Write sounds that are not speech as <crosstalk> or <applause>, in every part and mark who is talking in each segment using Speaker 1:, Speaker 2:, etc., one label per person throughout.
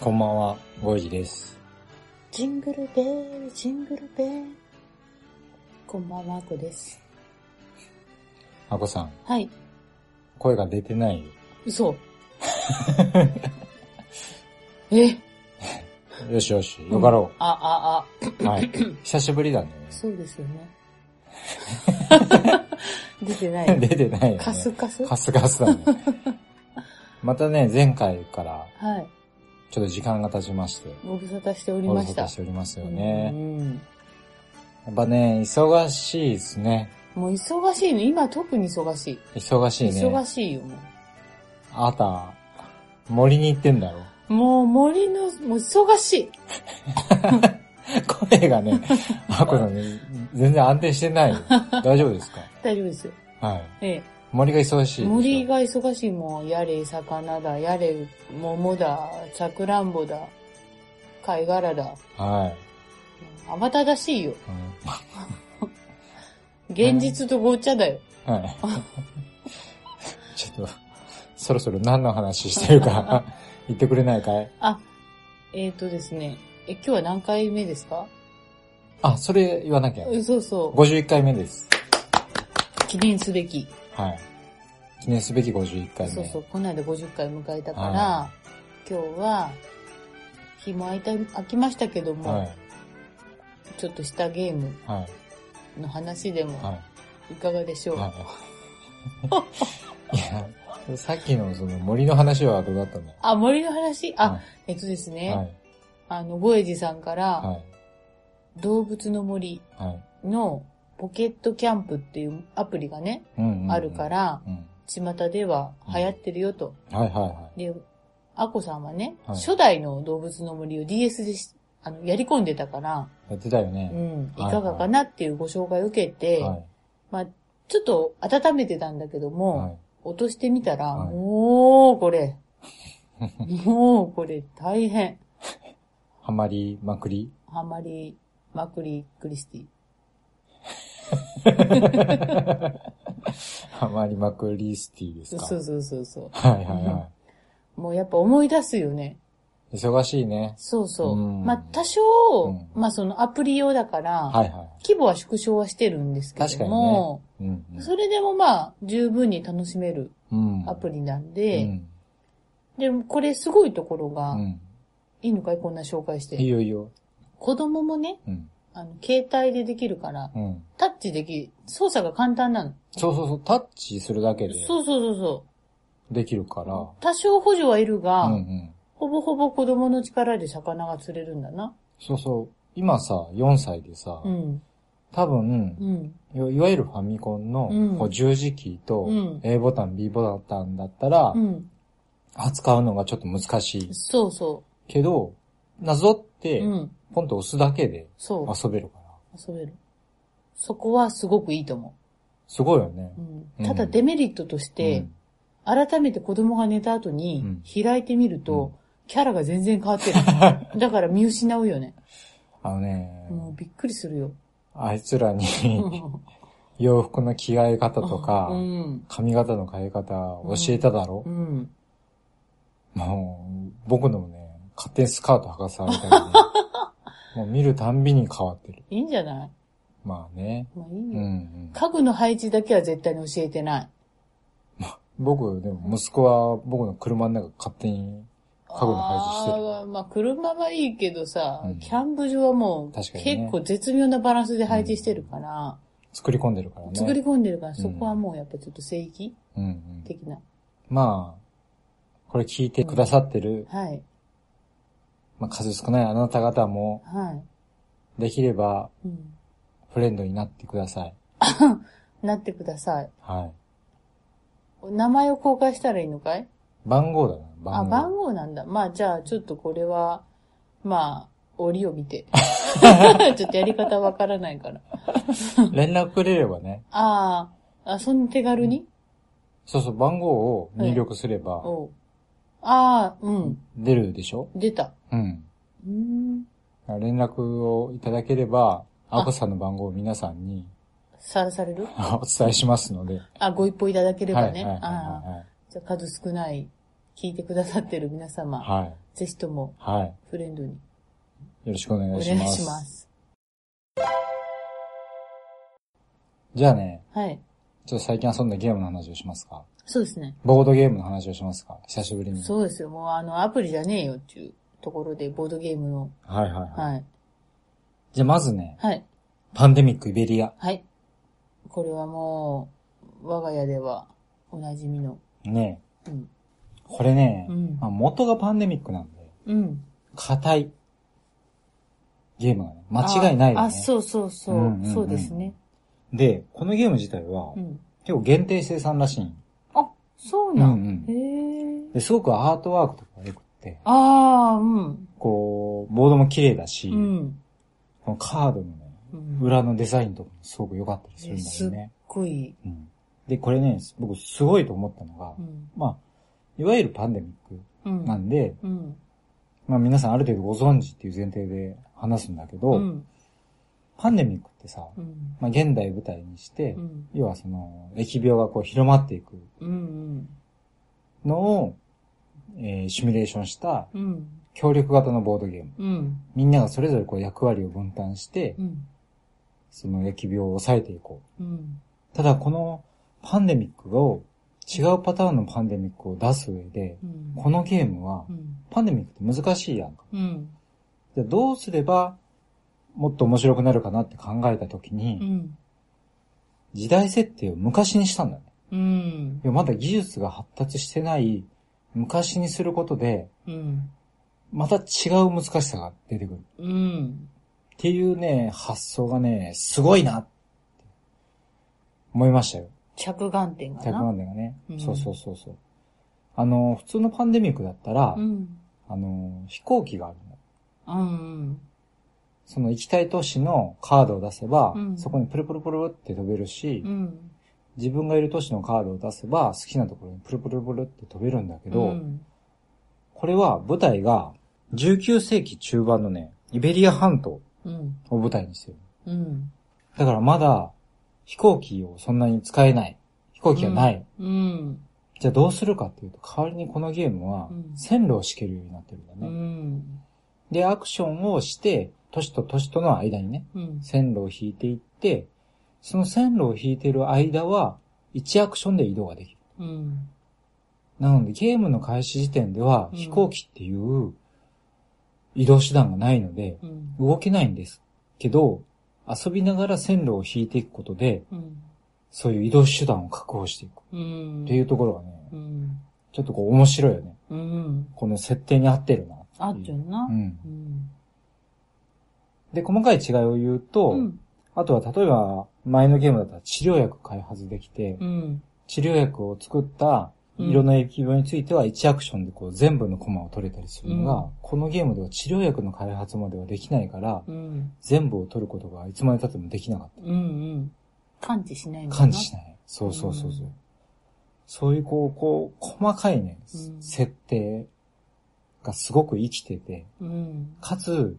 Speaker 1: こんばんは、ゴイジです。
Speaker 2: ジングルベール、ジングルベール。こんばんは、あこです。
Speaker 1: あこさん、
Speaker 2: はい。
Speaker 1: 声が出てない。
Speaker 2: <laughs> 嘘。え
Speaker 1: よしよし、よかろ
Speaker 2: あ、あ、あ。
Speaker 1: う。はい。久しぶりだね。
Speaker 2: そうですよ
Speaker 3: <laughs>
Speaker 2: ね。出てな
Speaker 1: 出
Speaker 2: い。
Speaker 1: てないよね。
Speaker 2: カスカス
Speaker 1: カスカスだね。またね、前回から
Speaker 2: はい。
Speaker 1: ちょっと時間が経ちまして、
Speaker 2: ご無沙汰しておりまし
Speaker 1: 沙汰
Speaker 2: た
Speaker 1: し。ておりますよ
Speaker 2: う
Speaker 1: ね。
Speaker 2: ん。
Speaker 1: やっぱね、忙しいですね。
Speaker 2: もう忙しいの。今特に忙しい。
Speaker 1: 忙しいね。
Speaker 2: 忙しいよ、も
Speaker 1: あなた、森に行ってんだろ。
Speaker 2: う。もう森の、もう忙しい。
Speaker 1: 声
Speaker 2: <laughs>
Speaker 1: がね、あこさんね、全然安定してないよ。大丈夫です
Speaker 2: 大丈夫ですよ。
Speaker 1: かはい。
Speaker 2: ええ。
Speaker 1: 森が忙しいでしょ。
Speaker 2: 森が忙しいもん。やれ魚だ、やれ桃だ、さくらんぼだ、貝殻だ。
Speaker 1: はい。
Speaker 2: 慌ただしいよ。
Speaker 1: うん
Speaker 2: 現実とごっちゃだよ。
Speaker 1: はい。 <laughs> ちょっと、そろそろ何の話してるか <laughs> 言ってくれないかい
Speaker 2: あ、えっ、ー、とですね。え、今日は何回目ですか
Speaker 1: あ、それ言わなきゃ。
Speaker 2: うんそうそ
Speaker 1: 51回目です。
Speaker 2: う。記念すべき。
Speaker 1: はい。記念すべき51回目。
Speaker 2: そうそう。この間50回迎えたから、
Speaker 1: は
Speaker 2: 今日は、日も空いた、空きましたけども、
Speaker 1: はい。
Speaker 2: ちょっとしたゲーム
Speaker 1: はい。
Speaker 2: の話でも
Speaker 1: はい
Speaker 2: かがでしょ
Speaker 1: い。
Speaker 2: う。
Speaker 1: はい。いや、さっきのその森の話はどうだったんだよ。
Speaker 2: あ、森の話あ、
Speaker 1: はい
Speaker 2: えっとですね、
Speaker 1: はい。
Speaker 2: あの、ゴエジさんから、
Speaker 1: はい。
Speaker 2: 動物の森
Speaker 1: はい。
Speaker 2: のポケットキャンプっていうアプリがね、
Speaker 1: うんうんうん
Speaker 2: あるか。ら、
Speaker 1: うん。
Speaker 2: 巷では流行ってるよと。
Speaker 1: はいはい
Speaker 2: で、
Speaker 1: は
Speaker 2: アコさんはね、
Speaker 1: はい
Speaker 2: 初代の動物の森を DS でしあのやり込んでたから、
Speaker 1: い。やってたよ
Speaker 2: う
Speaker 1: ね。
Speaker 2: ん、い
Speaker 1: はい
Speaker 2: かがかなっていうご紹介を受けて、
Speaker 1: はい。
Speaker 2: まあ、ちょっと温めてたんだけども、
Speaker 1: はい。
Speaker 2: 落としてみたら、
Speaker 1: はい
Speaker 2: もうこれ、 <laughs> もうこれ大変。
Speaker 1: ハマりまくり
Speaker 2: ハマりまくりクリスティ。
Speaker 1: ハマりまくりスティです
Speaker 2: そう
Speaker 1: か。
Speaker 2: そうそうそうそ
Speaker 1: はいはいは
Speaker 2: う。もうやっぱ思い出すよね。
Speaker 1: い。忙しいね。
Speaker 2: そうそう。
Speaker 1: うん
Speaker 2: まあ、多少、
Speaker 1: うん
Speaker 2: まあ、そのアプリ用だから、
Speaker 1: はいは
Speaker 2: 規模は縮小はしてるんですけども、
Speaker 1: い。うんうん。
Speaker 2: それでもまあ、十分に楽しめる
Speaker 1: うん
Speaker 2: アプリなんで、
Speaker 1: うん
Speaker 2: でもこれすごいところが、
Speaker 1: うん。
Speaker 2: いいのかいこんな紹介し
Speaker 1: いい
Speaker 2: て。
Speaker 1: よいいよ。
Speaker 2: 子供もね、
Speaker 1: うん。
Speaker 2: あの、携帯でできるから、
Speaker 1: うん。
Speaker 2: タッチでき、操作が簡単なの。
Speaker 1: そうそうそう、タッチするだけで
Speaker 2: そうそうそうそ
Speaker 1: できるから
Speaker 2: う。。多少補助はいるが、
Speaker 1: うんうん。
Speaker 2: ほぼほぼ子供の力で魚が釣れるんだな。
Speaker 1: そうそう。今さ、4歳でさ
Speaker 2: う、ん。
Speaker 1: 多分
Speaker 2: う、ん。
Speaker 1: いわいわゆるファミコンの
Speaker 2: うん
Speaker 1: こう十字キーと
Speaker 2: うん
Speaker 1: A ボタン、B ボタンだったら
Speaker 2: う、ん。
Speaker 1: 扱うのがちょっと難しい
Speaker 2: そうそ
Speaker 1: けど、なぞって
Speaker 2: う。う、ん。
Speaker 1: ポンと押すだけで
Speaker 2: そう。
Speaker 1: 遊べるから。
Speaker 2: 遊べる。そこはすごくいいと思
Speaker 1: すごいよね
Speaker 2: う。。う、
Speaker 1: うんん
Speaker 2: ただデメリットとして、改めて子供が寝た後
Speaker 1: う
Speaker 2: に
Speaker 1: ん
Speaker 2: 開いてみる
Speaker 1: う
Speaker 2: と
Speaker 1: ん、
Speaker 2: キャラが全然変わってる。
Speaker 1: <laughs>
Speaker 2: だから見失うよね。
Speaker 1: あのね、
Speaker 2: もうびっくりするよ。
Speaker 1: あいつらに
Speaker 2: <laughs> と
Speaker 1: 洋服の着替え方とか
Speaker 2: う、ん。
Speaker 1: 髪型の変え方教えただろ
Speaker 2: う、ん。
Speaker 1: もう、僕のもね、勝手にスカート履かされたり
Speaker 2: <laughs>
Speaker 1: ね、もう見るたんびに変わってる。
Speaker 2: いいんじゃない
Speaker 1: まあね。
Speaker 2: まあいうい
Speaker 1: んう
Speaker 2: よ。
Speaker 1: ん、
Speaker 2: 家具の配置だけは絶対に教えてない。
Speaker 1: 僕、でも息子は僕の車の中勝手に、家具の配置してる
Speaker 2: あーまあ車はいいけどさ、
Speaker 1: うん
Speaker 2: キャンプ場はもう結
Speaker 1: 確かにね
Speaker 2: 構絶妙なバランスで配置してるから、
Speaker 1: 作り込んでるからね。
Speaker 2: 作り込んでるから
Speaker 1: ん
Speaker 2: そこはもうやっぱちょっと聖域
Speaker 1: うんうん、
Speaker 2: 的な。
Speaker 1: まあ、これ聞いてくださってる、
Speaker 2: はい。
Speaker 1: まあ数少ないあなた方も、
Speaker 2: は
Speaker 1: できれば
Speaker 2: い。うん。
Speaker 1: フレンドになってください。
Speaker 2: なってください。
Speaker 1: はい。
Speaker 2: 名前を公開したらいいのかい
Speaker 1: 番号だな、
Speaker 2: あ、
Speaker 1: 番号。
Speaker 2: 番号なんだ。まあ、じゃあ、ちょっとこれは、まあ、折を見
Speaker 1: <laughs>
Speaker 2: て。 <laughs> ちょっとやり方わからないから。
Speaker 1: 連絡くれればね。
Speaker 2: ああ、あ、そんな手軽に、
Speaker 1: そうそう、番号を入力すれば
Speaker 2: おうああ、うん。
Speaker 1: 出るでしょ
Speaker 2: 出た。
Speaker 1: うん。
Speaker 2: うーん。
Speaker 1: 連絡をいただければ、
Speaker 2: あ
Speaker 1: アコさんの番号を皆さんに <laughs>
Speaker 2: さらされる
Speaker 1: お伝えしますので。
Speaker 2: あ、ご一報いただければね。
Speaker 1: はい
Speaker 2: ああ。じゃあ、数少ない、聞いてくださってる皆様、
Speaker 1: はいはいはい。はい。
Speaker 2: ぜひとも、
Speaker 1: はい。よ
Speaker 2: フレンドに
Speaker 1: ろしくお願
Speaker 2: お願
Speaker 1: い
Speaker 2: い
Speaker 1: します。
Speaker 2: します。
Speaker 1: じゃあね、
Speaker 2: はい。
Speaker 1: ちょっと最近遊んだゲームの話をしますか
Speaker 2: そうですね。
Speaker 1: ボードゲームの話をしますか久しぶりに。
Speaker 2: そうですよ。もう、あの、アプリじゃねえよっていうところで、ボードゲームの。
Speaker 1: はいはいはい。
Speaker 2: はい。
Speaker 1: じゃあまずね、
Speaker 2: はい。
Speaker 1: パンデミックイベリア。
Speaker 2: はい。これはもう、我が家では、おなじみの。
Speaker 1: ね
Speaker 2: うん。
Speaker 1: これね、
Speaker 2: うん
Speaker 1: まあ、元がパンデミックなんで、
Speaker 2: うん。
Speaker 1: 硬いゲームがね、間違いないよね。
Speaker 2: あ、あそうそうそう。
Speaker 1: うんうんうん
Speaker 2: そうですね。
Speaker 1: で、このゲーム自体は、
Speaker 2: うん。
Speaker 1: 結構限定生産らしいん
Speaker 2: あ、そう
Speaker 1: う
Speaker 2: なん。
Speaker 1: んうん。
Speaker 2: へえ。
Speaker 1: ですごくアートワークとかが良くって、
Speaker 2: ああ、うん。
Speaker 1: こう、ボードも綺麗だし、
Speaker 2: うん。
Speaker 1: このカードのね、
Speaker 2: うん。
Speaker 1: 裏のデザインとかもすごく良かったりするんだ
Speaker 2: す
Speaker 1: よ
Speaker 2: っ
Speaker 1: ね。
Speaker 2: ごい。
Speaker 1: うん。で、これね、僕すごいと思ったのが、
Speaker 2: うん。
Speaker 1: まあ、いわゆるパンデミック
Speaker 2: うん。
Speaker 1: なんで、
Speaker 2: うん。
Speaker 1: まあ皆さんある程度ご存知っていう前提で話すんだけど、
Speaker 2: うん。
Speaker 1: パンデミックってさ、
Speaker 2: うん。
Speaker 1: まあ現代舞台にして、
Speaker 2: うん。
Speaker 1: 要はその、疫病がこう広まっていく
Speaker 2: うん。
Speaker 1: のを、えーシミュレーションした
Speaker 2: うん。
Speaker 1: 協力型のボードゲーム。
Speaker 2: うん。
Speaker 1: みんながそれぞれこう役割を分担して
Speaker 2: う、ん。
Speaker 1: その疫病を抑えていこ
Speaker 2: うん。
Speaker 1: う。ただこのパンデミックを、違うパターンのパンデミックを出す上で、
Speaker 2: うん。
Speaker 1: このゲームは
Speaker 2: う、ん。
Speaker 1: パンデミックって難しいやんか。
Speaker 2: うん。
Speaker 1: じゃあどうすれば、もっと面白くなるかなって考えたときに、
Speaker 2: うん。
Speaker 1: 時代設定を昔にしたんだね。
Speaker 2: うん
Speaker 1: い。やまだ技術が発達してない昔にすることで、
Speaker 2: うん。
Speaker 1: また違う難しさが出てくる。っ
Speaker 2: うん。
Speaker 1: ていうね、発想がね、すごいなって思いましたよ。
Speaker 2: 着眼点か
Speaker 1: 100
Speaker 2: な。
Speaker 1: 万点がね、
Speaker 2: うん
Speaker 1: そうそうそうそう。あの、普通のパンデミックだったら、
Speaker 2: うん。
Speaker 1: あの、飛行機があるの。
Speaker 2: うん。
Speaker 1: その行きたい都市のカードを出せば、
Speaker 2: うん
Speaker 1: そこにプルプルプルって飛べるし、
Speaker 2: うん。
Speaker 1: 自分がいる都市のカードを出せば、好きなところにプルプルプルって飛べるんだけど、
Speaker 2: うん
Speaker 1: これは舞台が19世紀中盤のね、イベリア半島
Speaker 2: うん。
Speaker 1: を舞台にしてる。
Speaker 2: うん。
Speaker 1: だからまだ飛行機をそんなに使えない。飛行機がない。
Speaker 2: うん。
Speaker 1: じゃあどうするかっていうと、代わりにこのゲームは
Speaker 2: うん
Speaker 1: 線路を敷けるようになってるんだ
Speaker 2: う
Speaker 1: ね。
Speaker 2: ん。
Speaker 1: で、アクションをして、都市と都市との間にね、
Speaker 2: うん。
Speaker 1: 線路を引いていって、その線路を引いている間は、1アクションで移動ができる。
Speaker 2: うん。
Speaker 1: なので、ゲームの開始時点では、
Speaker 2: うん
Speaker 1: 飛行機っていう移動手段がないので、
Speaker 2: うん。
Speaker 1: 動けないんですけど、遊びながら線路を引いていくことで、
Speaker 2: うん。
Speaker 1: そういう移動手段を確保していく
Speaker 2: うん。
Speaker 1: っていうところがね、
Speaker 2: うん。
Speaker 1: ちょっとこう面白いよね。
Speaker 2: うん。
Speaker 1: この設定に合ってるなっていう。
Speaker 2: あっちゃんな
Speaker 1: う。ん。
Speaker 2: うん。
Speaker 1: で、細かい違いを言うと、
Speaker 2: うん。
Speaker 1: あとは例えば前のゲームだったら治療薬開発できて、
Speaker 2: うん。
Speaker 1: 治療薬を作った色の疫病については1アクションでこう全部のコマを取れたりするのが、
Speaker 2: うん
Speaker 1: このゲームでは治療薬の開発まではできないから、
Speaker 2: うん。
Speaker 1: 全部を取ることがいつまで経ってもできなかった。
Speaker 2: うん。うん。感知しないんだな。
Speaker 1: 感知しない。そうそうそうそ
Speaker 2: う
Speaker 1: う。
Speaker 2: ん
Speaker 1: そういうこう、こう、細かいね、
Speaker 2: うん
Speaker 1: 設定がすごく生きてて、
Speaker 2: うん。
Speaker 1: かつ、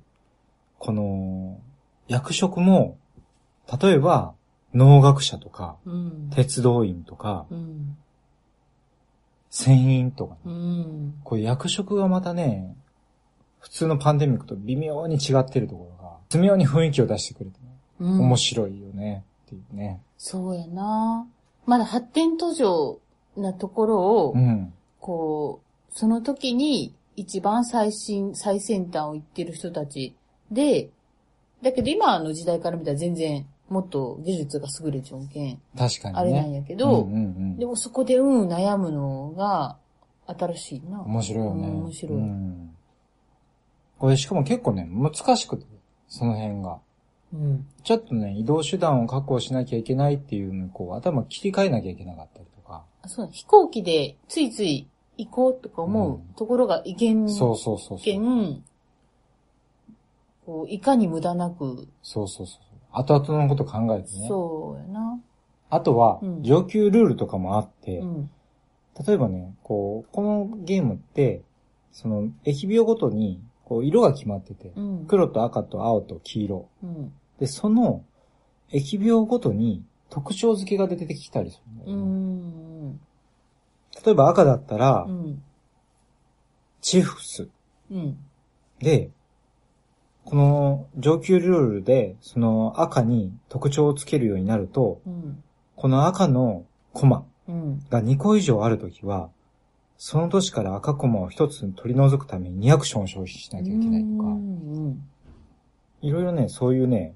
Speaker 1: この、役職も、例えば、農学者とか、
Speaker 2: うん。
Speaker 1: 鉄道員とか、
Speaker 2: うん。
Speaker 1: 船員とか、
Speaker 2: うん。
Speaker 1: こう役職がまたね、普通のパンデミックと微妙に違ってるところが、微妙に雰囲気を出してくれてね、
Speaker 2: うん。
Speaker 1: 面白いよね、っていうね。
Speaker 2: そうやな。まだ発展途上なところを、
Speaker 1: うん。
Speaker 2: こう、その時に一番最新、最先端を行ってる人たちで、だけど今の時代から見たら全然もっと技術が優れちゃうけん、
Speaker 1: 確かにね。
Speaker 2: あれなんやけど、
Speaker 1: うんうんうん
Speaker 2: でもそこでうん悩むのが新しいな。
Speaker 1: 面白いよね。
Speaker 2: うん面白い
Speaker 1: うんこれしかも結構ね、難しくて、その辺が。
Speaker 2: うん。
Speaker 1: ちょっとね、移動手段を確保しなきゃいけないっていうのに、こう、頭切り替えなきゃいけなかったりとか。
Speaker 2: あそうだ飛行機でついつい行こうとか思
Speaker 1: うん
Speaker 2: うところがいけん、
Speaker 1: そうそうそうそう。
Speaker 2: けん、こう、いかに無駄なく、
Speaker 1: そうそうそう。後々のこと考えてね。
Speaker 2: そうやな。
Speaker 1: あとは
Speaker 2: う、ん
Speaker 1: 上級ルールとかもあって、
Speaker 2: うん。
Speaker 1: 例えばね、こう、このゲームって、その、疫病ごとに、こう、色が決まってて
Speaker 2: う、ん。
Speaker 1: 黒と赤と青と黄色。
Speaker 2: うん。
Speaker 1: で、その、疫病ごとに特徴付けが出てきたりするんだ
Speaker 2: う
Speaker 1: よね、
Speaker 2: ん。
Speaker 1: 例えば赤だったら
Speaker 2: う、ん。
Speaker 1: チフス。
Speaker 2: うん。
Speaker 1: で、この上級ルールで、その赤に特徴をつけるようになると、
Speaker 2: うん。
Speaker 1: この赤のコマ
Speaker 2: うん。
Speaker 1: が2個以上あるときは、その年から赤コマを1つ取り除くために2アクションを消費しなきゃいけないと
Speaker 2: う
Speaker 1: か、
Speaker 2: ん。
Speaker 1: いろいろね、そういうね、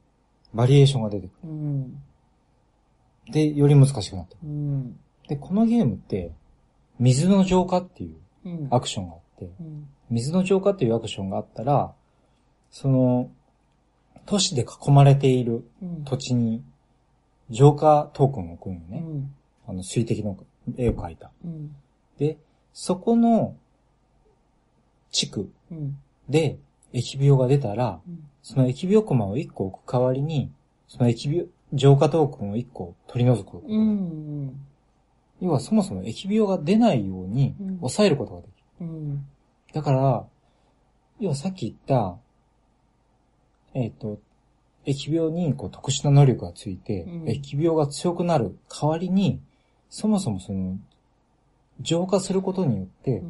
Speaker 1: バリエーションが出てく
Speaker 2: うん。
Speaker 1: る。で、より難しくなってく
Speaker 2: うん。
Speaker 1: る。で、このゲームって、水の浄化っていう
Speaker 2: うん。
Speaker 1: アクションがあって、
Speaker 2: うん。
Speaker 1: 水の浄化っていうアクションがあったら、その、都市で囲まれている
Speaker 2: うん。
Speaker 1: 土地に浄化トークンを置くんよ
Speaker 2: う
Speaker 1: ね。
Speaker 2: ん。
Speaker 1: あの、水滴の絵を描いた。
Speaker 2: うん。
Speaker 1: で、そこの地区
Speaker 2: うん。
Speaker 1: で疫病が出たら、
Speaker 2: うん。
Speaker 1: その疫病駒を1個置く代わりに、その疫病、浄化トークンを1個取り除くことができ
Speaker 2: う
Speaker 1: る。
Speaker 2: ん。
Speaker 1: 要はそもそも疫病が出ないように
Speaker 2: うん
Speaker 1: 抑えることができる。
Speaker 2: うん。
Speaker 1: だから、要はさっき言った、えっ、と、疫病にこう特殊な能力がついて、
Speaker 2: うん
Speaker 1: 疫病が強くなる代わりに、そもそもその、浄化することによって、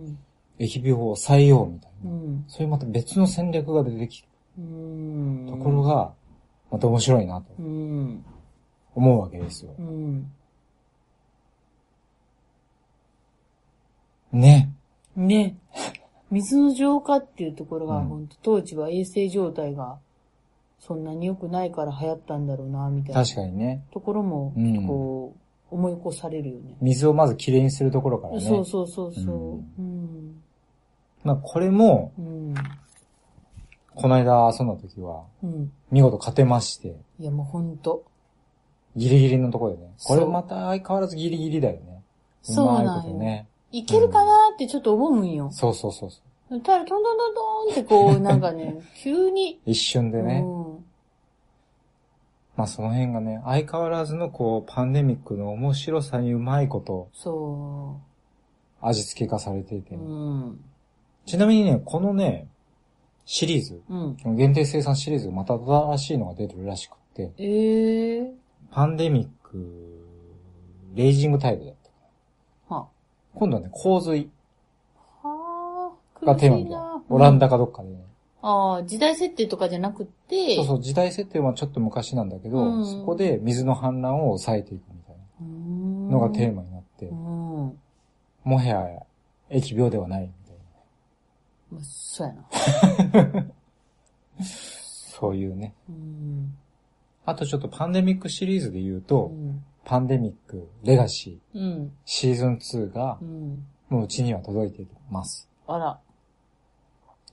Speaker 1: 疫病を抑えようみたいな、
Speaker 2: うん。
Speaker 1: そういうまた別の戦略が出てき
Speaker 2: うん。
Speaker 1: るところが、また面白いなと
Speaker 2: うん。
Speaker 1: 思うわけですよ
Speaker 2: う。ん。
Speaker 1: ね。
Speaker 2: ね。水の浄化っていうところが、
Speaker 1: うん
Speaker 2: 本当当時は衛生状態がそんなに良くないから流行ったんだろうな、みたいな
Speaker 1: 確かにね。
Speaker 2: ところも
Speaker 1: う、ん
Speaker 2: こう、思い起こされるよね。
Speaker 1: 水をまずきれいにするところからね。
Speaker 2: そうそうそうそうう。うん。
Speaker 1: まあこれも、
Speaker 2: うん。
Speaker 1: この間遊んだ時は、
Speaker 2: うん。
Speaker 1: 見事勝てまして、
Speaker 2: いやもう本当
Speaker 1: ギリギリのところでね。これ
Speaker 2: そう
Speaker 1: また相変わらずギリギリだよね。
Speaker 2: そう
Speaker 1: まい
Speaker 2: な
Speaker 1: こと
Speaker 2: んよ。
Speaker 1: ね。
Speaker 2: いけるかなってちょっと思うんよ。
Speaker 1: そうそうそうそう。
Speaker 2: ただ、トントントントンってこう、なんか
Speaker 1: <laughs>
Speaker 2: ね、急に。
Speaker 1: 一瞬でね。
Speaker 2: うん
Speaker 1: まあその辺がね、相変わらずのこう、パンデミックの面白さにうまいこと
Speaker 2: そ。
Speaker 1: 味付け化されていうて。
Speaker 2: うん。
Speaker 1: ちなみにね、このね、シリーズ、
Speaker 2: うん。
Speaker 1: 限定生産シリーズがまた新しいのが出てるらしくって、
Speaker 2: ええー。
Speaker 1: パンデミック、レイジングタイプだった。
Speaker 2: は。
Speaker 1: 今度はね、洪水
Speaker 2: はあ、
Speaker 1: が
Speaker 2: 苦し
Speaker 1: テーマみ
Speaker 2: い
Speaker 1: たいな
Speaker 2: な。。
Speaker 1: オランダかどっかでね。
Speaker 2: ああ、時代設定とかじゃなくて、
Speaker 1: そうそう、時代設定はちょっと昔なんだけど、
Speaker 2: うん
Speaker 1: そこで水の氾濫を抑えていくみたいう
Speaker 2: ー。
Speaker 1: なんのがテーマになって、
Speaker 2: うん。
Speaker 1: もはや疫病ではないみたいな、
Speaker 2: まあ、そうやな。
Speaker 1: そういうね。
Speaker 2: うん。
Speaker 1: あとちょっとパンデミックシリーズで言う
Speaker 2: う
Speaker 1: と、
Speaker 2: ん。
Speaker 1: パンデミックレガシー
Speaker 2: うん。
Speaker 1: シーズン2が
Speaker 2: う、ん。
Speaker 1: もううちには届いています。
Speaker 2: あら。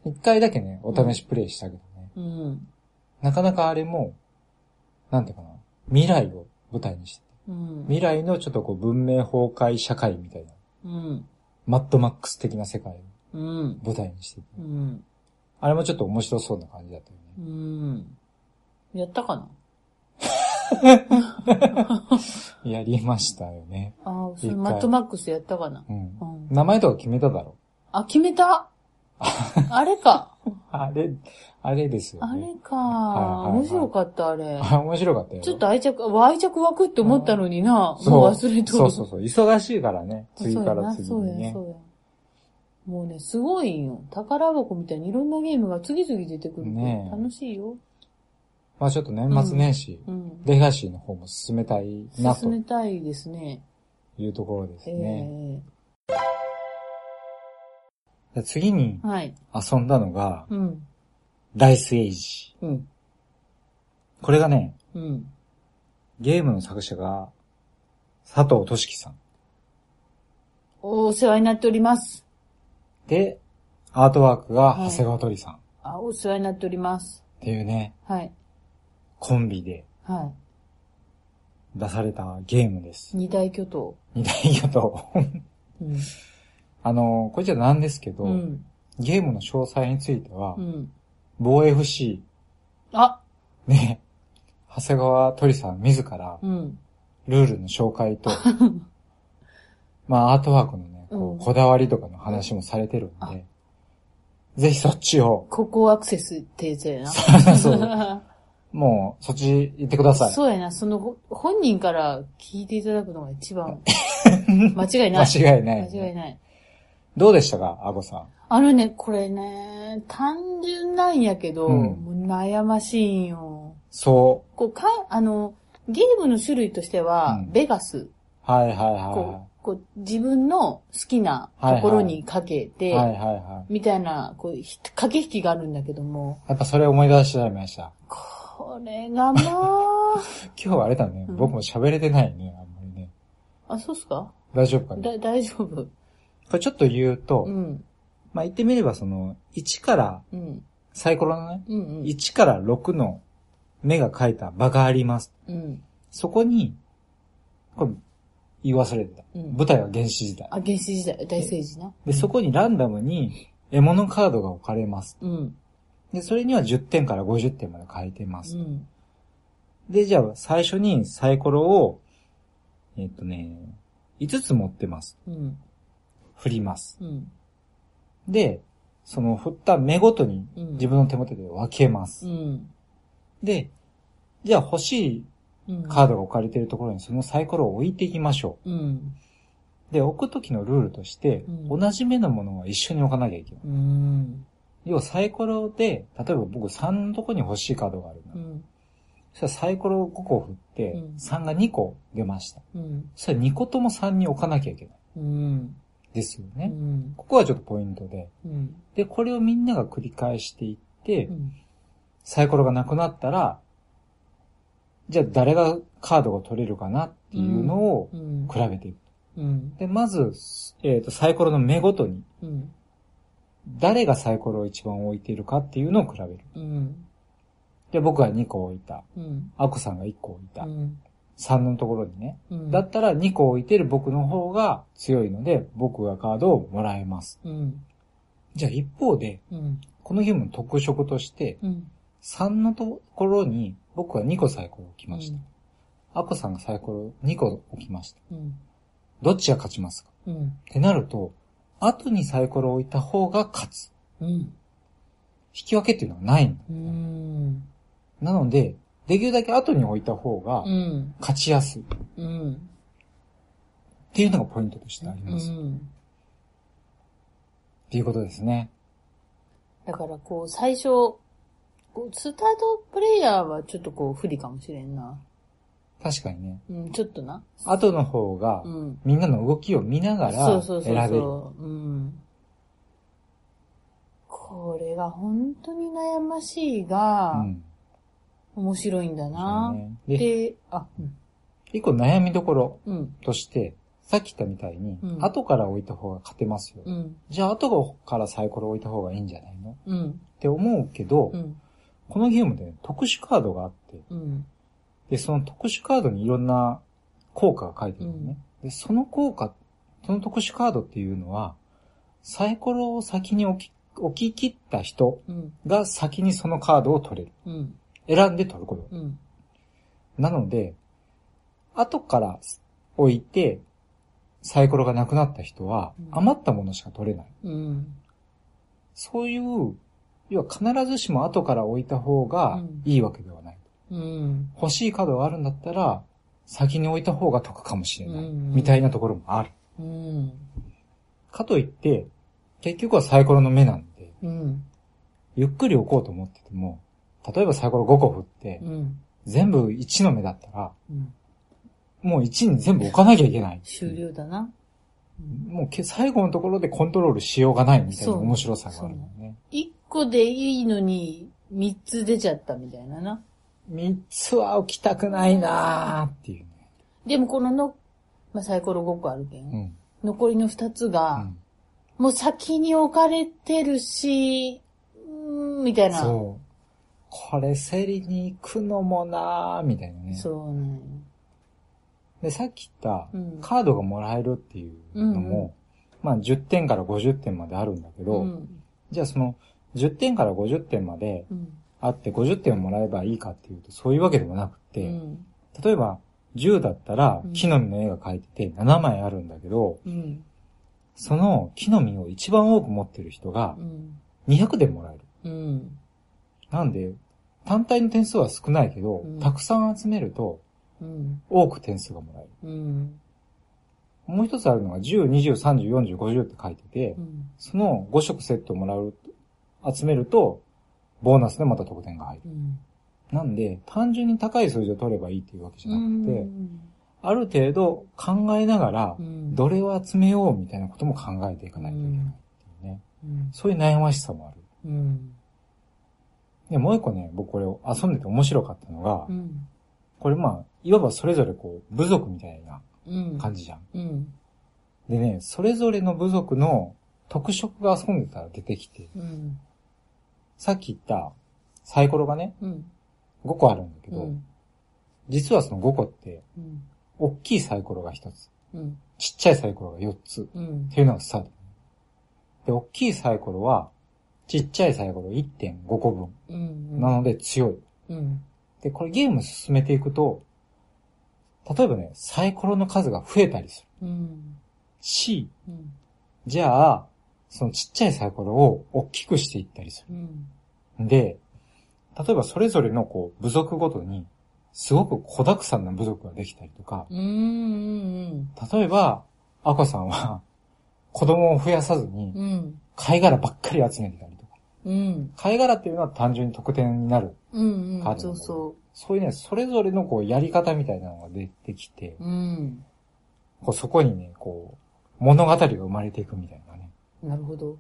Speaker 1: 一回だけね、お試しプレイしたけどね、
Speaker 2: うん。
Speaker 1: なかなかあれも、なんていうかな、未来を舞台にして、
Speaker 2: うん。
Speaker 1: 未来のちょっとこう文明崩壊社会みたいな、
Speaker 2: うん。
Speaker 1: マッドマックス的な世界を
Speaker 2: うん。
Speaker 1: 舞台にしていて、
Speaker 2: うん。
Speaker 1: あれもちょっと面白そうな感じだったよ
Speaker 2: うん。
Speaker 1: ね。
Speaker 2: やったかない
Speaker 1: やりましたよね。
Speaker 2: ああ、そ
Speaker 1: 一回
Speaker 2: れマットマックスやったかな
Speaker 1: うん
Speaker 2: う。ん。
Speaker 1: 名前とか決めただろ。
Speaker 2: あ、決め
Speaker 1: <laughs>
Speaker 2: たあれか。
Speaker 1: あれ、あれですよ
Speaker 2: あ
Speaker 1: ね。
Speaker 2: れか。
Speaker 1: はいはい
Speaker 2: 面白かった、あれ。
Speaker 1: あれ面白かったよ。
Speaker 2: ちょっと愛着、わ愛着湧くって思ったのにな。
Speaker 1: そう
Speaker 2: もう忘れとる。
Speaker 1: そうそうそう。忙しいからね。次
Speaker 2: そう
Speaker 1: か
Speaker 2: や
Speaker 1: ら
Speaker 2: な、
Speaker 1: 次
Speaker 2: そうや
Speaker 1: に、ね
Speaker 2: そ。うや。もうね、すごいんよ。宝箱みたいにいろんなゲームが次々出てくるから
Speaker 1: ねえ
Speaker 2: 楽しいよ。
Speaker 1: まあちょっと年末年始、
Speaker 2: うん。
Speaker 1: レガシーの方も進めたいな
Speaker 2: 進
Speaker 1: と
Speaker 2: めたいですね。
Speaker 1: いうところです
Speaker 2: え
Speaker 1: ね。
Speaker 2: え
Speaker 1: で次に
Speaker 2: はい。
Speaker 1: 遊んだのが、
Speaker 2: うん。
Speaker 1: ダイスエイジ。
Speaker 2: うん。
Speaker 1: これがね、
Speaker 2: うん。
Speaker 1: ゲームの作者が、佐藤俊樹さん。
Speaker 2: お世話になっております。
Speaker 1: で、アートワークが
Speaker 2: はい
Speaker 1: 長谷川鳥さん。っ
Speaker 2: あ、お世話になっております。
Speaker 1: ていうね、
Speaker 2: はい。
Speaker 1: コンビで
Speaker 2: は
Speaker 1: 出されたゲームです
Speaker 2: い。。二大巨頭。
Speaker 1: 二大巨頭。
Speaker 2: うん。
Speaker 1: あの、これじゃなんですけど、
Speaker 2: うん。
Speaker 1: ゲームの詳細については、
Speaker 2: うん。
Speaker 1: 某 FC、
Speaker 2: あ、
Speaker 1: ね、長谷川鳥さん自ら、
Speaker 2: うん。
Speaker 1: ルールの紹
Speaker 2: <laughs>
Speaker 1: 介と、まあ、アートワークのね、こ
Speaker 2: うん
Speaker 1: う、こだわりとかの話もされてるんで、ぜひそっち
Speaker 2: <laughs>
Speaker 1: を、
Speaker 2: ここアクセスってやつやな。
Speaker 1: <laughs> そうもう、そっち行ってください。
Speaker 2: そうやな、その、ほ本人から聞いていただくのが一
Speaker 1: <laughs>
Speaker 2: 番、間違いない。
Speaker 1: 間違いない。
Speaker 2: 間違いない。
Speaker 1: どうでしたか、アゴさん。
Speaker 2: あのね、これね、単純なんやけど、
Speaker 1: うん
Speaker 2: もう悩ましいんよ。
Speaker 1: そ
Speaker 2: こう、か、あの、ゲームの種類としては、
Speaker 1: うん
Speaker 2: ベガス。
Speaker 1: う。はいはい
Speaker 2: こ
Speaker 1: は
Speaker 2: う、こう、自分の好きなところにかけ
Speaker 1: い。
Speaker 2: て、
Speaker 1: はいはいはい。
Speaker 2: みたいな、こう、ひ駆け引きがあるんだけども、
Speaker 1: やっぱそれ思い出しちゃいました。
Speaker 2: これがまあ、
Speaker 1: 今日はあれだね、
Speaker 2: うん
Speaker 1: 僕も喋れてないね、あんまりね。
Speaker 2: あ、そうっすか
Speaker 1: 大丈夫かな。
Speaker 2: だ、大丈夫。
Speaker 1: これちょっと言うと、
Speaker 2: うん、
Speaker 1: まあ言ってみればその、1から、
Speaker 2: うん、
Speaker 1: サイコロのね、
Speaker 2: うん、うん。
Speaker 1: 1から6の目が描いた場があります。
Speaker 2: うん。
Speaker 1: そこに、これ、言い忘れてた。
Speaker 2: うん
Speaker 1: 舞台は原始時代
Speaker 2: あ、。原始時代、大政治な。
Speaker 1: で、そこにランダムに獲物カードが置かれます。
Speaker 2: うん。
Speaker 1: で、それには10点から50点まで書いてま
Speaker 2: う
Speaker 1: す。
Speaker 2: ん。
Speaker 1: で、じゃあ最初にサイコロを、えっとね、5つ持ってます。
Speaker 2: うん。
Speaker 1: 振ります。
Speaker 2: うん。
Speaker 1: で、その振った目ごとに
Speaker 2: うん
Speaker 1: 自分の手元で分けます。
Speaker 2: うん。
Speaker 1: で、じゃあ欲しい
Speaker 2: うん。
Speaker 1: カードが置かれているところにそのサイコロを置いていきましょ
Speaker 2: うん。
Speaker 1: う。で、置くときのルールとして、
Speaker 2: うん
Speaker 1: 同じ目のものは一緒に置かなきゃいけない。
Speaker 2: うん。
Speaker 1: 要はサイコロで、例えば僕3のとこに欲しいカードがあるな。
Speaker 2: うん。
Speaker 1: そしたらサイコロを5個振って、
Speaker 2: うん
Speaker 1: 3が2個出ました。
Speaker 2: うん。
Speaker 1: そしたら2個とも3に置かなきゃいけない。
Speaker 2: うん。
Speaker 1: ですよ
Speaker 2: う
Speaker 1: ね。
Speaker 2: ん。
Speaker 1: ここはちょっとポイントで。
Speaker 2: うん。
Speaker 1: で、これをみんなが繰り返していって、
Speaker 2: うん。
Speaker 1: サイコロがなくなったら、じゃあ誰がカードが取れるかなっていうのを
Speaker 2: うん。
Speaker 1: 比べていく。
Speaker 2: うん。
Speaker 1: で、まず、えっ、と、サイコロの目ごとに、
Speaker 2: うん。
Speaker 1: 誰がサイコロを一番置いているかっていうのを比べる。
Speaker 2: うん。
Speaker 1: で、僕が2個置いた。
Speaker 2: うん。
Speaker 1: アコさんが1個置いた。
Speaker 2: うん。
Speaker 1: 3のところにね。
Speaker 2: うん。
Speaker 1: だったら2個置いてる僕の方が強いので、僕がカードをもらえます。
Speaker 2: うん。
Speaker 1: じゃあ一方で、
Speaker 2: うん。
Speaker 1: このゲームの特色として、
Speaker 2: うん。
Speaker 1: 3のところに僕は2個サイコロを置き
Speaker 2: う
Speaker 1: ま
Speaker 2: ん。
Speaker 1: した。アコさんがサイコロ2個置きました。
Speaker 2: うん。
Speaker 1: どっちが勝ちますか
Speaker 2: うん。
Speaker 1: ってなると、後にサイコロを置いた方が勝つ。
Speaker 2: うん。
Speaker 1: 引き分けっていうのはないんだ。
Speaker 2: うん。
Speaker 1: なので、できるだけ後に置いた方が
Speaker 2: うん。
Speaker 1: 勝ちやすいっ
Speaker 2: うん。
Speaker 1: ていうのがポイントとしてあります。っ
Speaker 2: ん。
Speaker 1: ていうことですね。
Speaker 2: だからこう、最初、こうスタートプレイヤーはちょっとこう、不利かもしれんな。
Speaker 1: 確かにね。
Speaker 2: うん、ちょっとな。
Speaker 1: 後の方が
Speaker 2: う、ん。
Speaker 1: みんなの動きを見なが
Speaker 2: そ
Speaker 1: ら
Speaker 2: うそ
Speaker 1: 選
Speaker 2: うそ
Speaker 1: べ
Speaker 2: う
Speaker 1: る。
Speaker 2: そう。うん。これが本当に悩ましいが、
Speaker 1: うん
Speaker 2: 面白いんだな。
Speaker 1: そうねで、
Speaker 2: で、あ、うん
Speaker 1: 一個悩みどころ
Speaker 2: うん、
Speaker 1: として、さっき言ったみたいに、
Speaker 2: うん
Speaker 1: 後から置いた方が勝てますよ。
Speaker 2: うん、
Speaker 1: じゃあ後からサイコロ置いた方がいいんじゃないの
Speaker 2: うん、
Speaker 1: って思うけど、
Speaker 2: うん、
Speaker 1: このゲームで、特殊カードがあって、
Speaker 2: うん、
Speaker 1: で、その特殊カードにいろんな効果が書いてあるのね、で、その効果、その特殊カードっていうのは、サイコロを先に置き、置き切った人
Speaker 2: うん、
Speaker 1: が先にそのカードを取れる。
Speaker 2: うん、
Speaker 1: 選んで取ること。
Speaker 2: うん、
Speaker 1: なので、後から置いて、サイコロがなくなった人は
Speaker 2: う、ん
Speaker 1: 余ったものしか取れない。
Speaker 2: うん、
Speaker 1: そういう、要は必ずしも後から置いた方がいいわけではない。
Speaker 2: うん、
Speaker 1: 欲しいカードがあるんだったら、先に置いた方が得かもしれない。
Speaker 2: うん
Speaker 1: みたいなところもある。
Speaker 2: うん、
Speaker 1: かといって、結局はサイコロの目なんで、
Speaker 2: うん、
Speaker 1: ゆっくり置こうと思ってても、例えばサイコロ5個振って、
Speaker 2: うん、
Speaker 1: 全部1の目だったら、
Speaker 2: うん、
Speaker 1: もう1に全部置かなきゃいけない。
Speaker 2: 終了だな。
Speaker 1: もうけ最後のところでコントロールしようがないみたい
Speaker 2: そ
Speaker 1: な
Speaker 2: う
Speaker 1: 面白さがあるもんね。
Speaker 2: 一個でいいのに、三つ出ちゃったみたいなな。
Speaker 1: 3つは置きたくないなーっていうね。
Speaker 2: でもこのの、まあ、サイコロ5個あるけん。
Speaker 1: うん。
Speaker 2: 残りの2つ
Speaker 1: う
Speaker 2: が、
Speaker 1: ん
Speaker 2: もう先に置かれてるし、うーんみたいな。
Speaker 1: そう。これ競りに行くのもなーみたいなね。
Speaker 2: そうね。
Speaker 1: で、さっき言った
Speaker 2: うん、
Speaker 1: カードがもらえるっていうのも、まあ10点から50点まであるんだけど、
Speaker 2: うん
Speaker 1: じゃあその10点から50点まで
Speaker 2: うん
Speaker 1: あって50点をもらえばいいかっていうとそういうわけでもなく
Speaker 2: う
Speaker 1: て、
Speaker 2: ん
Speaker 1: 例えば10だったら
Speaker 2: うん
Speaker 1: 木の実の絵が描いてて7枚あるんだけど、
Speaker 2: うん
Speaker 1: その木の実を一番多く持ってる人が
Speaker 2: うん
Speaker 1: 200点もらえる。
Speaker 2: うん
Speaker 1: なんで、単体の点数は少ないけど、
Speaker 2: うん
Speaker 1: たくさん集めると
Speaker 2: うん
Speaker 1: 多く点数がもらえる。
Speaker 2: うん
Speaker 1: もう一つあるのが10、20、30、40、50って書いてて、
Speaker 2: うん
Speaker 1: その5色セットもらう、集めると、ボーナスでまた得点が入る。
Speaker 2: うん
Speaker 1: なんで、単純に高い数字を取ればいいっていうわけじゃなくて、ある程度考えながら
Speaker 2: う、ん
Speaker 1: どれを集めようみたいなことも考えていかないといけないっていうね。
Speaker 2: うん
Speaker 1: そういう悩ましさもある。
Speaker 2: うん
Speaker 1: で、もう一個ね、僕これを遊んでて面白かったのが
Speaker 2: う、ん
Speaker 1: これまあ、いわばそれぞれこう、部族みたいな
Speaker 2: うん
Speaker 1: 感じじゃん。
Speaker 2: うん
Speaker 1: でね、それぞれの部族の特色が遊んでたら出てきて、
Speaker 2: うん
Speaker 1: さっき言ったサイコロがね、
Speaker 2: うん
Speaker 1: 5個あるんだけ
Speaker 2: う
Speaker 1: ど、
Speaker 2: ん
Speaker 1: 実はその5個って、
Speaker 2: うん
Speaker 1: 大きいサイコロが1つ、
Speaker 2: うん
Speaker 1: ちっちゃいサイコロが4つ
Speaker 2: うん
Speaker 1: っていうのがスタート。で、大きいサイコロは、ちっちゃいサイコロ1.5個分。
Speaker 2: うん
Speaker 1: なので強い。
Speaker 2: うん
Speaker 1: で、これゲーム進めていくと、例えばね、サイコロの数が増えたりする。
Speaker 2: うん
Speaker 1: し、
Speaker 2: うん
Speaker 1: じゃあ、そのちっちゃいサイコロを大きくしていったりする。
Speaker 2: うん
Speaker 1: で、例えばそれぞれのこう、部族ごとに、すごく小沢さんな部族ができたりとか、
Speaker 2: うんうん
Speaker 1: 例えば、アコさんは、 <laughs> 子供を増やさずに
Speaker 2: う、ん
Speaker 1: 貝殻ばっかり集めてたりとか、
Speaker 2: うん
Speaker 1: 貝殻っていうのは単純に得点になる。
Speaker 2: うんうんそうそ
Speaker 1: そういうね、それぞれのこう、やり方みたいなのが出てきて
Speaker 2: う、うん
Speaker 1: こうそこにね、こう、物語が生まれていくみたいなね、
Speaker 2: なるほど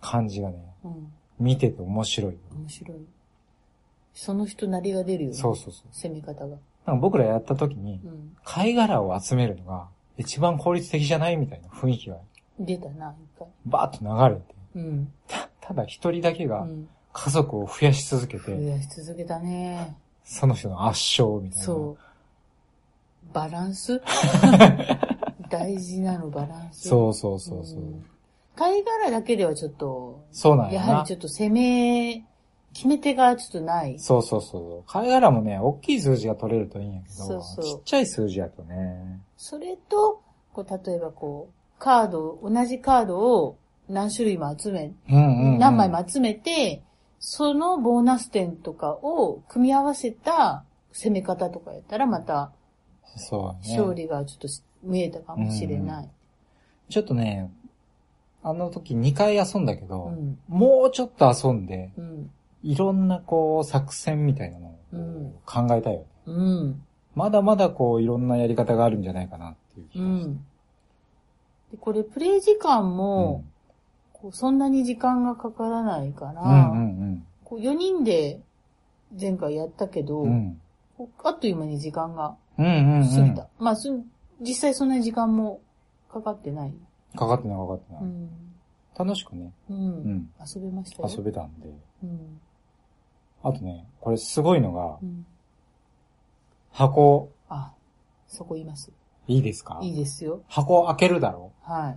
Speaker 1: 感じがね、
Speaker 2: うん
Speaker 1: 見てて面白い。
Speaker 2: 面白いその人なりが出るよね
Speaker 1: そうそうそう。
Speaker 2: 攻め方が
Speaker 1: なんか僕らやった時に
Speaker 2: う、ん
Speaker 1: 貝殻を集めるのが一番効率的じゃないみたいな雰囲気が
Speaker 2: 出たな一回
Speaker 1: バーッと流れて、
Speaker 2: うん
Speaker 1: たただ一人だけ
Speaker 2: う
Speaker 1: が
Speaker 2: ん
Speaker 1: 家族を増やし続けて、
Speaker 2: 増やし続けたね
Speaker 1: その人の圧勝みたいな。
Speaker 2: そうバランス大事なのバランス
Speaker 1: そうそうそうそう。
Speaker 2: ん貝殻だけではちょっと
Speaker 1: そうなん
Speaker 2: や
Speaker 1: や
Speaker 2: はり
Speaker 1: な
Speaker 2: ち。ょっと攻め決め手がちょっとない
Speaker 1: そうそうそう。貝殻もね、大きい数字が取れるといいんやけど、
Speaker 2: そうそう
Speaker 1: ちっちゃい数字やとね。
Speaker 2: それと、こう、例えばこう、カード、同じカードを何種類も集め、
Speaker 1: うんうん、うん。
Speaker 2: 何枚も集めて、そのボーナス点とかを組み合わせた攻め方とかやったら、また
Speaker 1: そうや
Speaker 2: 勝
Speaker 1: ね。
Speaker 2: 利がちょっとし見えたかもしれない。
Speaker 1: ちょっとね、あの時2回遊んだけど、
Speaker 2: うん。
Speaker 1: もうちょっと遊んで、
Speaker 2: うん。
Speaker 1: いろんなこう作戦みたいなのを考えたいよね。
Speaker 2: うん。
Speaker 1: まだまだこういろんなやり方があるんじゃないかなっていう気
Speaker 2: う
Speaker 1: がして。
Speaker 2: ん。でこれ、プレイ時間も、こうそんなに時間がかからないか
Speaker 1: うん、うん
Speaker 2: ら、
Speaker 1: うん
Speaker 2: こう4人で前回やったけど、
Speaker 1: うん。うん。
Speaker 2: こうあっという間に時間が
Speaker 1: うんうんうん。
Speaker 2: 過ぎた。まあ、す実際そんなに時間もかかってない。
Speaker 1: かかってないかかってな
Speaker 2: う
Speaker 1: い。
Speaker 2: ん。
Speaker 1: 楽しくね、
Speaker 2: う。
Speaker 1: うんん、
Speaker 2: 遊べましたよ。
Speaker 1: 遊べたんで。
Speaker 2: うん。
Speaker 1: あとね、これすごいのが
Speaker 2: う、ん。
Speaker 1: 箱、
Speaker 2: あ、そこ言います。
Speaker 1: いいですか
Speaker 2: いいですよ。
Speaker 1: 箱を開けるだろ
Speaker 2: は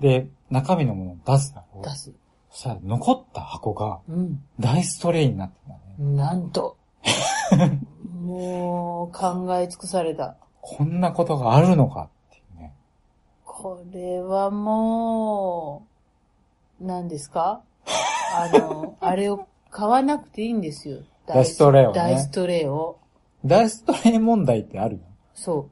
Speaker 1: で、中身のものを出すだろ
Speaker 2: い。出す。
Speaker 1: そしたら残った箱が
Speaker 2: うん。
Speaker 1: ダイストレイになってたね。
Speaker 2: なん
Speaker 1: <laughs>
Speaker 2: と。もう、考え尽くされた。
Speaker 1: こんなことがあるのかっていうね。
Speaker 2: これはもう、何ですかあ
Speaker 1: <laughs>
Speaker 2: の、あれを買わなくていいんですよ。
Speaker 1: ダイストレイをね
Speaker 2: ダイストレイを。
Speaker 1: ダイストレイ問題ってあるよ。
Speaker 2: そ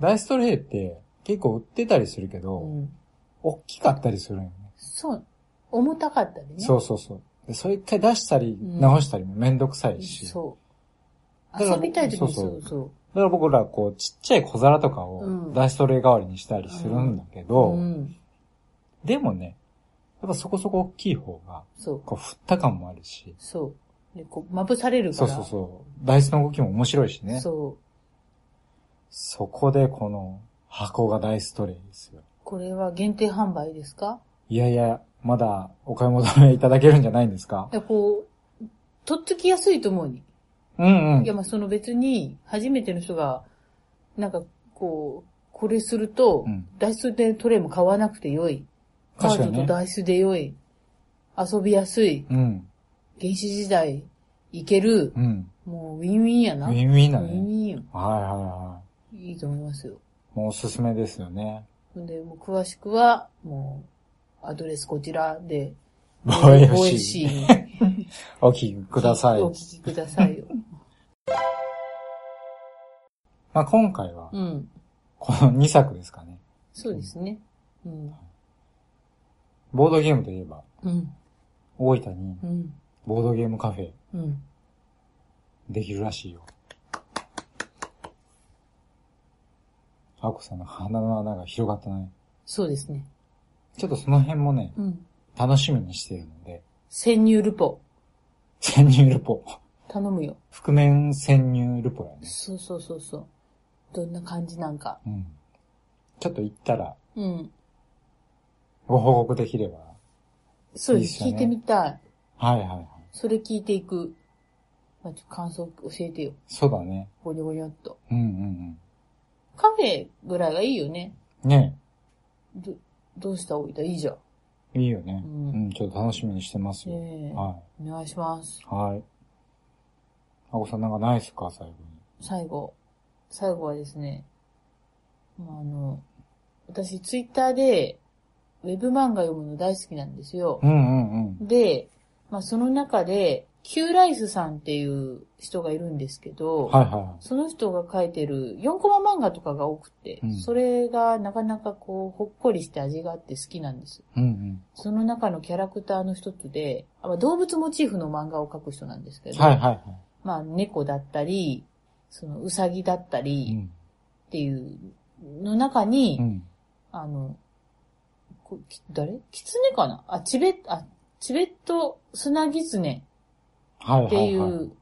Speaker 1: ダイストレイって結構売ってたりするけ
Speaker 2: う。
Speaker 1: ど、
Speaker 2: うん。
Speaker 1: 大きかったりするんよね。
Speaker 2: そう。重たかったりね。
Speaker 1: そうそうそう。で、それ一回出したり、
Speaker 2: ん
Speaker 1: 直したりもめんどくさいし。
Speaker 2: そう。
Speaker 1: だから
Speaker 2: 遊びたい時に
Speaker 1: そう
Speaker 2: そ
Speaker 1: そう
Speaker 2: うそ
Speaker 1: だから僕らこう、ちっちゃい小皿とか
Speaker 2: う
Speaker 1: を
Speaker 2: ん
Speaker 1: ダイストレイ代わりにしたりするんだけ
Speaker 2: う。
Speaker 1: ど、
Speaker 2: うん。
Speaker 1: でもね、やっぱそこそこ大きい方が、
Speaker 2: そう。
Speaker 1: こう、振った感もあるし、
Speaker 2: そう。で、こう、まぶされるか
Speaker 1: そう
Speaker 2: ら。
Speaker 1: そうそう。ダイスの動きも面白いしね。
Speaker 2: そう
Speaker 1: そこでこの箱がダイストレイですよ。
Speaker 2: これは限定販売ですか
Speaker 1: いやいや、まだお買い求めいただけるんじゃないんですか
Speaker 2: いや、こう、とっつきやすいと思うに。
Speaker 1: うんう
Speaker 2: いや、
Speaker 1: ん。
Speaker 2: まあ、その別に、初めての人が、なんか、こう、これすると、
Speaker 1: うん
Speaker 2: ダイストレイトレイも買わなくてよい。カ
Speaker 1: 確か
Speaker 2: ー
Speaker 1: に
Speaker 2: ドと
Speaker 1: ね。
Speaker 2: ダイスで良い。遊びやすい。
Speaker 1: うん。
Speaker 2: 原始時代、いける
Speaker 1: う。ん。
Speaker 2: もう、ウィンウィンや
Speaker 1: ウ
Speaker 2: な。
Speaker 1: ィンウィンだ
Speaker 2: ウィンウ
Speaker 1: ね。
Speaker 2: ィンよ。
Speaker 1: はいはいはい
Speaker 2: いと思いますよ。
Speaker 1: い。もうおすすめですよね。
Speaker 2: ほんで、もう詳しくは、もう、アドレスこちらで、
Speaker 1: 防衛
Speaker 2: 防衛
Speaker 1: 士。
Speaker 2: に
Speaker 1: お聞き <laughs> ください。
Speaker 2: お聞きくださいよ。
Speaker 1: まあ今回は、
Speaker 2: うん。
Speaker 1: この2作ですかね。
Speaker 2: そうですね。うん。
Speaker 1: ボードゲームといえば、
Speaker 2: うん。
Speaker 1: 大分に
Speaker 2: うん。
Speaker 1: ボードゲームカフェ
Speaker 2: うん。
Speaker 1: できるらしいよ。あこさんの鼻の穴が広がったね。
Speaker 2: そうですね。
Speaker 1: ちょっとその辺もね、
Speaker 2: うん。
Speaker 1: 楽しみにしてるので、
Speaker 2: 潜入ルポ。
Speaker 1: 潜入ルポ。
Speaker 2: 頼むよ。
Speaker 1: 覆面潜入ルポやね。
Speaker 2: そうそうそうそう。どんな感じなんか。
Speaker 1: うん。ちょっと行ったら、
Speaker 2: うん。
Speaker 1: ご報告できれば。
Speaker 2: そうで
Speaker 1: いいっ
Speaker 2: す。
Speaker 1: すよね
Speaker 2: 聞いてみたい。
Speaker 1: はいはいはい。
Speaker 2: それ聞いていく。まあ、ちょっと感想教えてよ。
Speaker 1: そうだね。
Speaker 2: ごにょごにょっと。
Speaker 1: うんうん
Speaker 2: カフェぐらいがいいよね。
Speaker 1: うん。ね
Speaker 2: ど、どうしたおいたいいじゃん。
Speaker 1: いいよね
Speaker 2: う。。
Speaker 1: うんん、ちょっと楽しみにしてますよ。
Speaker 2: ええ
Speaker 1: は
Speaker 2: お願いします。
Speaker 1: い。はい。あこさんなんかないっすか最後に。
Speaker 2: 最後。最後はですね、まあ、あの、私ツイッターで、ウェブ漫画読むの大好きなんですよ
Speaker 1: う。んうんうん。
Speaker 2: で、まあ、その中で、キューライスさんっていう人がいるんですけど、
Speaker 1: はいはいはい。
Speaker 2: その人が書いてる4コマ漫画とかが多くて、
Speaker 1: うん
Speaker 2: それがなかなかこう、ほっこりして味があって好きなんです。
Speaker 1: うんうん。
Speaker 2: その中のキャラクターの一つで、あまあ動物モチーフの漫画を描く人なんですけど、
Speaker 1: はいはいは
Speaker 2: まあ猫だったり、そのウサギだった
Speaker 1: い。う
Speaker 2: り
Speaker 1: ん。
Speaker 2: っていうの中に、
Speaker 1: うん。
Speaker 2: あの、こき誰キツネかなあ、チベット、あ、チベット砂ギツネ
Speaker 1: はい
Speaker 2: っ
Speaker 1: は
Speaker 2: て
Speaker 1: い
Speaker 2: い
Speaker 1: はい。
Speaker 2: う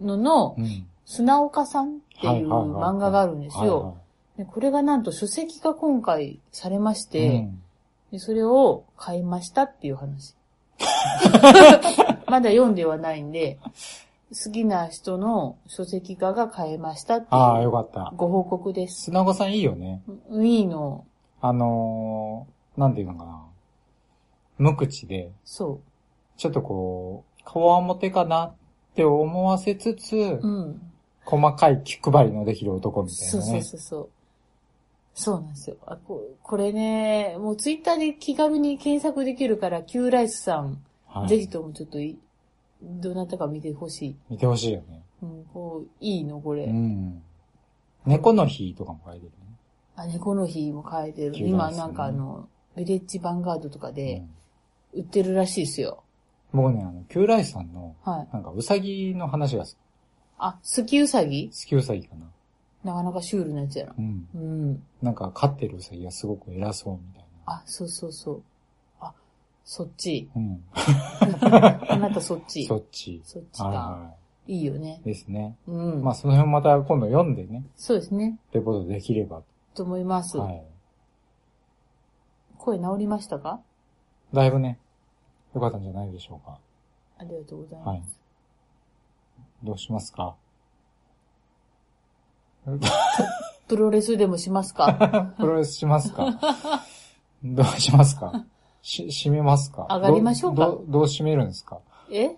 Speaker 2: のの、
Speaker 1: ん。
Speaker 2: 砂岡さんっていう漫画があるんです
Speaker 1: はいは
Speaker 2: よ。でこれがなんと書籍が今回されまし
Speaker 1: いはい。う
Speaker 2: て、
Speaker 1: ん
Speaker 2: でそれを買いましたっていう
Speaker 1: <laughs>
Speaker 2: 話。まだ読んではないんで、好きな人の書籍化が買えましたって
Speaker 1: ああ、
Speaker 2: い
Speaker 1: よ
Speaker 2: う
Speaker 1: かった。
Speaker 2: ご報告です。
Speaker 1: 砂子さんいいよね。
Speaker 2: ウィーの、
Speaker 1: あのー、なんていうのかな。無口で、
Speaker 2: そ
Speaker 1: ちょっとこう、顔わもてかなって思わせつつ、
Speaker 2: う、うん。
Speaker 1: 細かい気配りのできる男みたいな
Speaker 2: そ
Speaker 1: ね。
Speaker 2: うそうそうそう。そうなんですよ。あここれね、もうツイッターで気軽に検索できるから、Q ライスさん、
Speaker 1: はい、
Speaker 2: ぜひともちょっとい、どなたか見てほしい。
Speaker 1: 見てほしいよね。
Speaker 2: うん、こう、いいの、これ。
Speaker 1: うん。猫の日とかも書いてるね。
Speaker 2: あ、猫の日も変えてる。
Speaker 1: Q ラ
Speaker 2: 今
Speaker 1: イスね
Speaker 2: なんかあの、ヴィレッジヴァンガードとか
Speaker 1: う
Speaker 2: で
Speaker 1: ん
Speaker 2: 売ってるらしいですよ。
Speaker 1: 僕ね、あの、キューライスさんの、
Speaker 2: はい。
Speaker 1: なんか、ウサギの話が好き、
Speaker 2: あ、好きウサギ
Speaker 1: 好きウサギかな。
Speaker 2: なかなかシュールなやつやな。
Speaker 1: うん。
Speaker 2: うん。
Speaker 1: なんか、飼ってるウサギがすごく偉そうみたいな。
Speaker 2: あ、そうそうそう。あ、そっ
Speaker 1: <laughs>
Speaker 2: ち。
Speaker 1: うん。
Speaker 2: あなたそっち。
Speaker 1: そっち。
Speaker 2: そっち
Speaker 1: はい
Speaker 2: か。
Speaker 1: はい
Speaker 2: いよね
Speaker 1: い。。ですね。
Speaker 2: うん。
Speaker 1: まあ、その辺また今度読んでね、
Speaker 2: そうですね。
Speaker 1: レポートできれば。
Speaker 2: と思います。
Speaker 1: はい。
Speaker 2: 声治りましたか
Speaker 1: だいぶね、良かったんじゃないでしょうか。
Speaker 2: ありがとうござい
Speaker 1: は
Speaker 2: ま
Speaker 1: い
Speaker 2: す。。
Speaker 1: どうしますか
Speaker 2: プロレスでもします
Speaker 1: <laughs>
Speaker 2: か
Speaker 1: プロレスしますかどうしますかし、締めますか
Speaker 2: 上がりましょうか
Speaker 1: どどどう締めるんですか
Speaker 2: え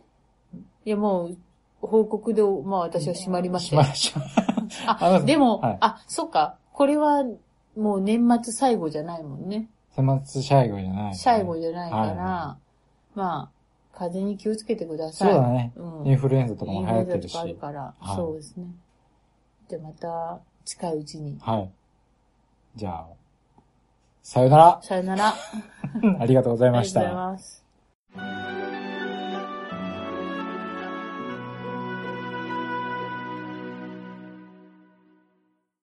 Speaker 2: いやもう、報告で、まあ私は閉まりませ
Speaker 1: 締
Speaker 2: ん
Speaker 1: ま。りしま
Speaker 2: あ、でも、
Speaker 1: はい
Speaker 2: あ、そっか。これは、もう年末最後じゃないもんね。
Speaker 1: 年末最後じゃない、
Speaker 2: 最後じゃないから、
Speaker 1: はいは
Speaker 2: まあ、風邪に気をつけてください。
Speaker 1: そうだね。
Speaker 2: うん。
Speaker 1: インフルエンザとか
Speaker 2: イ
Speaker 1: も
Speaker 2: ン
Speaker 1: 流
Speaker 2: フル
Speaker 1: 行っ
Speaker 2: エ
Speaker 1: て
Speaker 2: ンザ
Speaker 1: る
Speaker 2: と
Speaker 1: し。
Speaker 2: かある
Speaker 1: は
Speaker 2: から、
Speaker 1: はい
Speaker 2: そうですね。じゃあまた、近いうちに。
Speaker 1: い。じゃあ、さよなら
Speaker 2: さよなら。あ
Speaker 1: ありがとうござい
Speaker 2: りが
Speaker 1: ま
Speaker 2: とう
Speaker 1: し
Speaker 2: ござい
Speaker 1: た。
Speaker 2: ます。